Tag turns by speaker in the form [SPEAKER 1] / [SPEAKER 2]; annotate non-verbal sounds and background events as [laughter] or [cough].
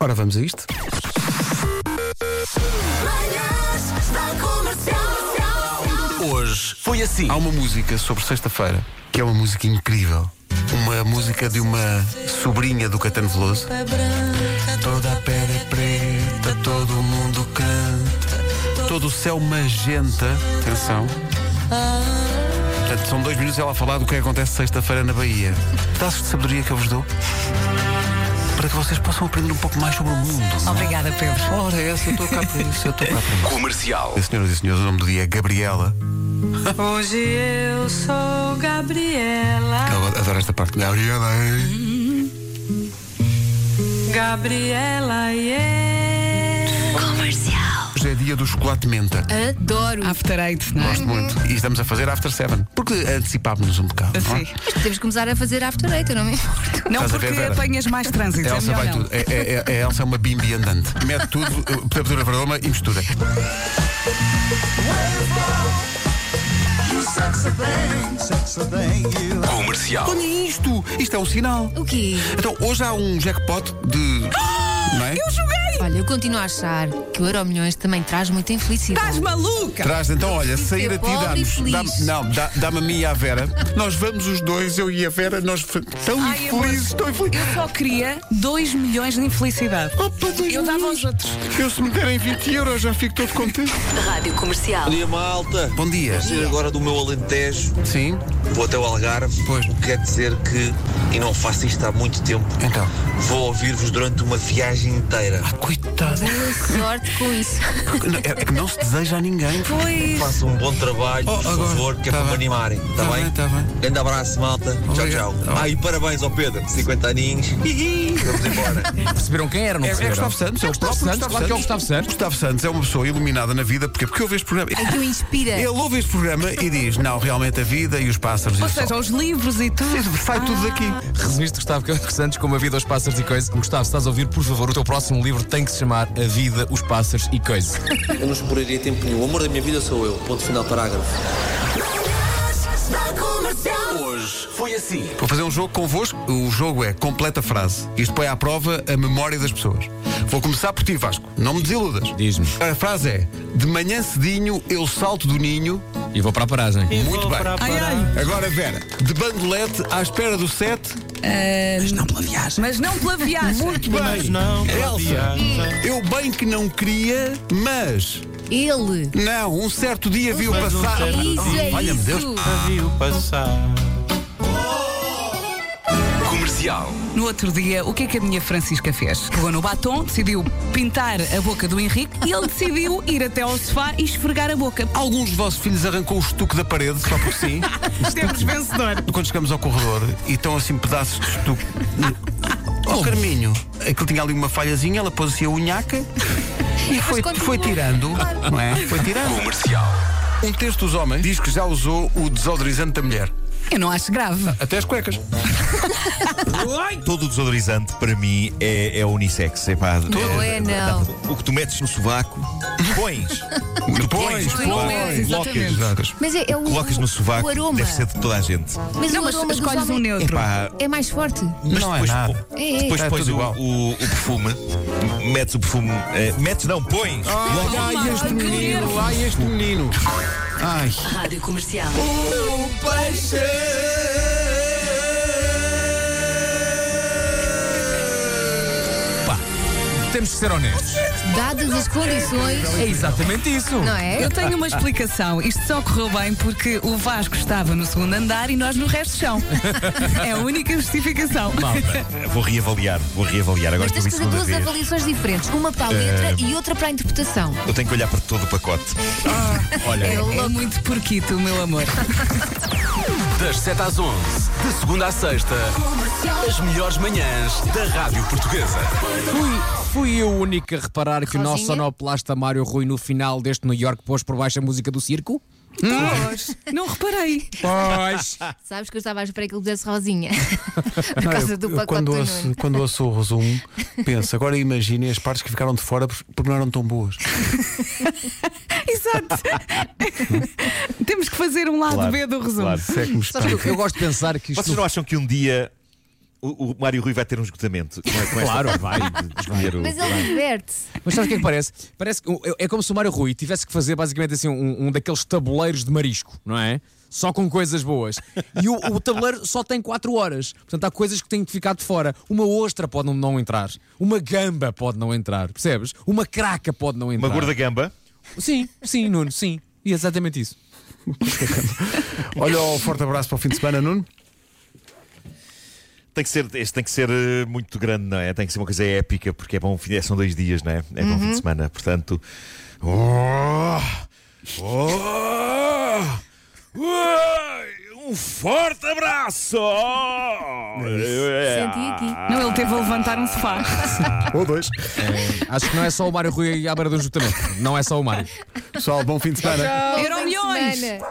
[SPEAKER 1] Ora, vamos a isto.
[SPEAKER 2] Manhãs da Comercial.
[SPEAKER 1] Hoje
[SPEAKER 3] Foi assim.
[SPEAKER 1] há uma música sobre sexta-feira que é uma música incrível. Uma música de uma sobrinha do Catano Veloso. Toda a pedra é preta, todo o mundo canta, todo o céu magenta. Atenção. Portanto, são dois minutos ela a falar do que acontece sexta-feira na Bahia. Pedaços de sabedoria que eu vos dou para que vocês possam aprender um pouco mais sobre o mundo.
[SPEAKER 4] Obrigada, Pedro.
[SPEAKER 1] Ora, essa, eu estou cá para isso, eu estou cá para
[SPEAKER 3] Comercial.
[SPEAKER 1] isso. Senhoras e senhores, o nome do dia é Gabriela.
[SPEAKER 5] Hoje eu sou Gabriela,
[SPEAKER 1] Ela adora esta parte. Gabriela, hein?
[SPEAKER 5] Gabriela e eu.
[SPEAKER 1] Hoje é dia do chocolate menta.
[SPEAKER 4] Adoro. After Eight, não é?
[SPEAKER 1] Gosto muito. E estamos a fazer After Seven. Porque antecipámos-nos um bocado. não é?
[SPEAKER 4] Sim.
[SPEAKER 6] Mas podemos começar a fazer after eight, eu não me importo.
[SPEAKER 4] Não
[SPEAKER 1] Estás a ver,
[SPEAKER 4] porque
[SPEAKER 1] Vera?
[SPEAKER 4] apanhas mais trânsito,
[SPEAKER 1] A
[SPEAKER 4] é
[SPEAKER 1] Elsa
[SPEAKER 4] melhor
[SPEAKER 1] vai
[SPEAKER 4] não.
[SPEAKER 1] tudo. É, é, é- a Elsa é uma bimbi andante. Mete tudo, eh, temperatura verdoma e mistura.
[SPEAKER 3] Comercial.
[SPEAKER 1] Olha isto! Isto é um sinal.
[SPEAKER 6] O quê?
[SPEAKER 1] Então, hoje há um jackpot de. Não é?
[SPEAKER 6] Olha, eu continuo a achar que o Euro Milhões também traz muita infelicidade.
[SPEAKER 4] Estás maluca?
[SPEAKER 1] Traz então, olha, sair a ti
[SPEAKER 6] pobre e
[SPEAKER 1] damos.
[SPEAKER 6] feliz.
[SPEAKER 1] Dá- não, dá- dá-me a mim e à Vera. Nós vamos os dois, eu e a Vera, nós f- tão
[SPEAKER 4] Ai, amor.
[SPEAKER 1] infelizes, tão infelizes.
[SPEAKER 4] Eu só queria 2 milhões de infelicidade.
[SPEAKER 1] Opa, dois
[SPEAKER 4] Eu dava aos
[SPEAKER 1] minutos.
[SPEAKER 4] outros.
[SPEAKER 1] Eu se me derem 20 euros já fico todo contente.
[SPEAKER 2] Rádio Comercial.
[SPEAKER 7] Bom dia, malta.
[SPEAKER 1] Bom dia.
[SPEAKER 7] Vou sair agora do meu Alentejo,
[SPEAKER 1] Sim,
[SPEAKER 7] vou até o Algarve.
[SPEAKER 1] Pois.
[SPEAKER 7] O que quer dizer que, e não faço isto há muito tempo,
[SPEAKER 1] então.
[SPEAKER 7] vou ouvir-vos durante uma viagem inteira.
[SPEAKER 1] Coitada.
[SPEAKER 6] Sorte com isso.
[SPEAKER 1] Não, É é que não se deseja a ninguém.
[SPEAKER 4] Pois.
[SPEAKER 7] Façam um bom trabalho,
[SPEAKER 1] Oh,
[SPEAKER 7] por
[SPEAKER 1] agora.
[SPEAKER 7] favor, que é
[SPEAKER 1] Tá
[SPEAKER 7] para
[SPEAKER 1] bem.
[SPEAKER 7] me animarem. Está
[SPEAKER 1] Tá bem,
[SPEAKER 7] bem?
[SPEAKER 1] tá bem.
[SPEAKER 7] Grande abraço, malta.
[SPEAKER 1] Obrigado.
[SPEAKER 7] Tchau, tchau.
[SPEAKER 1] Tá bem.
[SPEAKER 7] Ah, e parabéns ao Pedro, 50 aninhos. Vamos embora.
[SPEAKER 3] Perceberam quem era? Não
[SPEAKER 1] É, é
[SPEAKER 3] perceberam?
[SPEAKER 1] Gustavo Santos, é o
[SPEAKER 3] Gustavo
[SPEAKER 1] próprio
[SPEAKER 3] Santos, claro que é o Gustavo Santos.
[SPEAKER 1] Gustavo Santos é uma pessoa iluminada na vida, porque, porque ouve este programa.
[SPEAKER 6] É [laughs] que o inspira.
[SPEAKER 1] Ele ouve este programa e diz: Não, realmente a vida e os pássaros e
[SPEAKER 4] Ou
[SPEAKER 1] o sol.
[SPEAKER 4] seja, os livros e tudo.
[SPEAKER 1] Sai tudo daqui.
[SPEAKER 3] Resumiste Gustavo [laughs] Santos com a vida, os pássaros e coisas. Gustavo, se estás a ouvir, por favor, o teu próximo livro tem que se chamar A Vida, os Pássaros e Coisas.
[SPEAKER 8] Eu não esperaria tempo nenhum. O amor da minha vida sou eu. Ponto final, parágrafo.
[SPEAKER 2] Manhãs da Comercial.
[SPEAKER 3] Hoje foi assim.
[SPEAKER 1] Vou fazer um jogo convosco. O jogo é completa frase. Isto põe à prova a memória das pessoas. Vou começar por ti, Vasco. Não me desiludas.
[SPEAKER 3] Diz-me.
[SPEAKER 1] A frase é: De manhã cedinho eu salto do ninho.
[SPEAKER 3] E vou para a paragem.
[SPEAKER 1] Muito bem.
[SPEAKER 4] Ai, ai.
[SPEAKER 1] Agora, Vera, de bandolete à espera do sete.
[SPEAKER 4] Mas não pela viagem. Mas não pela viagem.
[SPEAKER 1] Muito bem. Elsa, eu bem que não queria, mas.
[SPEAKER 6] Ele.
[SPEAKER 1] Não, um certo dia viu passar.
[SPEAKER 6] Isso é
[SPEAKER 1] Olha-me
[SPEAKER 6] isso.
[SPEAKER 1] Deus.
[SPEAKER 3] Comercial.
[SPEAKER 4] No outro dia, o que é que a minha Francisca fez? Pegou no batom, decidiu pintar a boca do Henrique e ele decidiu ir até ao sofá e esfregar a boca.
[SPEAKER 1] Alguns de vossos filhos arrancou o estuque da parede, só por si.
[SPEAKER 4] [laughs] Temos vencedor.
[SPEAKER 1] Quando chegamos ao corredor e estão assim pedaços de estuque. Ó Carminho, aquilo tinha ali uma falhazinha, ela pôs assim a unhaca e foi,
[SPEAKER 6] continua.
[SPEAKER 1] foi tipo- tirando, não é? Foi tirando.
[SPEAKER 3] Comercial.
[SPEAKER 1] Um texto dos homens diz que já usou o desodorizante da mulher.
[SPEAKER 4] Eu não acho grave.
[SPEAKER 1] Até as cuecas.
[SPEAKER 9] Todo desodorizante para mim é, é unissex. Epá,
[SPEAKER 6] Não é, não.
[SPEAKER 9] O que tu metes no sovaco, pões.
[SPEAKER 1] Depois,
[SPEAKER 9] pões,
[SPEAKER 1] depois.
[SPEAKER 4] Exatamente.
[SPEAKER 1] Colocas.
[SPEAKER 6] Mas é, é o,
[SPEAKER 9] Colocas no sovaco,
[SPEAKER 6] o aroma.
[SPEAKER 9] deve ser de toda a gente.
[SPEAKER 6] Mas
[SPEAKER 4] Não,
[SPEAKER 6] o
[SPEAKER 4] mas
[SPEAKER 6] aroma dos
[SPEAKER 4] escolhes um
[SPEAKER 6] homens
[SPEAKER 4] neutro.
[SPEAKER 9] Epá,
[SPEAKER 6] é mais forte.
[SPEAKER 9] Ah, mas
[SPEAKER 1] Não é
[SPEAKER 9] depois,
[SPEAKER 1] nada.
[SPEAKER 9] pô-
[SPEAKER 6] É, é.
[SPEAKER 9] depois
[SPEAKER 1] É
[SPEAKER 9] pões
[SPEAKER 1] tudo
[SPEAKER 9] o,
[SPEAKER 1] igual.
[SPEAKER 9] o- o perfume, metes o perfume. eh, metes não, pões.
[SPEAKER 6] Ah,
[SPEAKER 9] Logo
[SPEAKER 1] Ai, este menino, ai, este menino. Ai.
[SPEAKER 2] Rádio Comercial.
[SPEAKER 3] Temos que ser honestos.
[SPEAKER 6] Dadas as condições,
[SPEAKER 3] É exatamente isso.
[SPEAKER 6] não é?
[SPEAKER 4] Eu tenho uma explicação. Isto só correu bem porque o Vasco estava no segundo andar e nós no resto do chão. É a única justificação.
[SPEAKER 9] Vou reavaliar, vou reavaliar. Agora
[SPEAKER 6] Mas
[SPEAKER 9] estou
[SPEAKER 6] tens que
[SPEAKER 9] a
[SPEAKER 6] fazer
[SPEAKER 9] segunda
[SPEAKER 6] duas
[SPEAKER 9] vez. É.
[SPEAKER 6] avaliações diferentes. Uma para a letra e outra para a interpretação.
[SPEAKER 9] Eu tenho que olhar para todo o pacote. Olha,
[SPEAKER 6] É
[SPEAKER 4] É
[SPEAKER 6] louco.
[SPEAKER 4] muito porquito, meu amor.
[SPEAKER 3] Das 7 às 11, de segunda à sexta, as melhores manhãs da Rádio Portuguesa. Fui, fui eu o único a reparar que o nosso
[SPEAKER 6] Rosinha?
[SPEAKER 3] sonoplasta Mário Rui, no final deste New York, pôs por baixo a música do circo?
[SPEAKER 4] Pois. Não reparei.
[SPEAKER 3] Pois!
[SPEAKER 6] Sabes que eu estava à espera que ele pudesse
[SPEAKER 9] [laughs]
[SPEAKER 6] rosinha. Por causa do pacote
[SPEAKER 1] quando,
[SPEAKER 6] do
[SPEAKER 1] ouço,
[SPEAKER 6] Nuno.
[SPEAKER 1] quando ouço o resumo, penso, agora imaginem as partes que ficaram de fora porque não eram tão boas.
[SPEAKER 4] Exato. Temos que fazer um lado
[SPEAKER 9] Claro,
[SPEAKER 4] B do resumo.
[SPEAKER 9] claro.
[SPEAKER 1] Se é que me
[SPEAKER 3] Sabes que eu,
[SPEAKER 1] espanta.
[SPEAKER 3] eu gosto de pensar que isto
[SPEAKER 9] Vocês não acham que um dia o, o Mário Rui vai ter um esgotamento. com- com esta
[SPEAKER 10] Claro, vai.
[SPEAKER 9] de escolher o-
[SPEAKER 6] Mas é- ele diverte-se.
[SPEAKER 10] Mas sabes o que é que parece? Parece que o- é como se o Mário Rui tivesse que fazer basicamente assim um, um daqueles tabuleiros de marisco, não é? Só com coisas boas. E o, o tabuleiro só tem 4 horas. Portanto, há coisas que têm que ficar de fora. Uma ostra pode não, não entrar. Uma gamba pode não entrar. Percebes? Uma craca pode não entrar.
[SPEAKER 9] Uma gorda gamba.
[SPEAKER 10] Sim, sim, Nuno, sim. E é exatamente isso.
[SPEAKER 1] Olha, um forte abraço para o fim de semana, Nuno.
[SPEAKER 9] Tem que ser, este tem que ser eh, muito grande, não é? Tem que ser uma coisa épica, porque é bom fim, são dois dias, não é? É bom
[SPEAKER 6] Uhum.
[SPEAKER 9] fim de semana, portanto. Oh, oh, ui, um forte abraço!
[SPEAKER 6] É Senti aqui.
[SPEAKER 4] Não, ele teve a levantar um sofá.
[SPEAKER 1] Ou dois.
[SPEAKER 10] Acho que não é só o Mário Rui à beira do ajuntamento. Não é só o Mário.
[SPEAKER 1] Pessoal, bom fim de semana.
[SPEAKER 4] Eram milhões!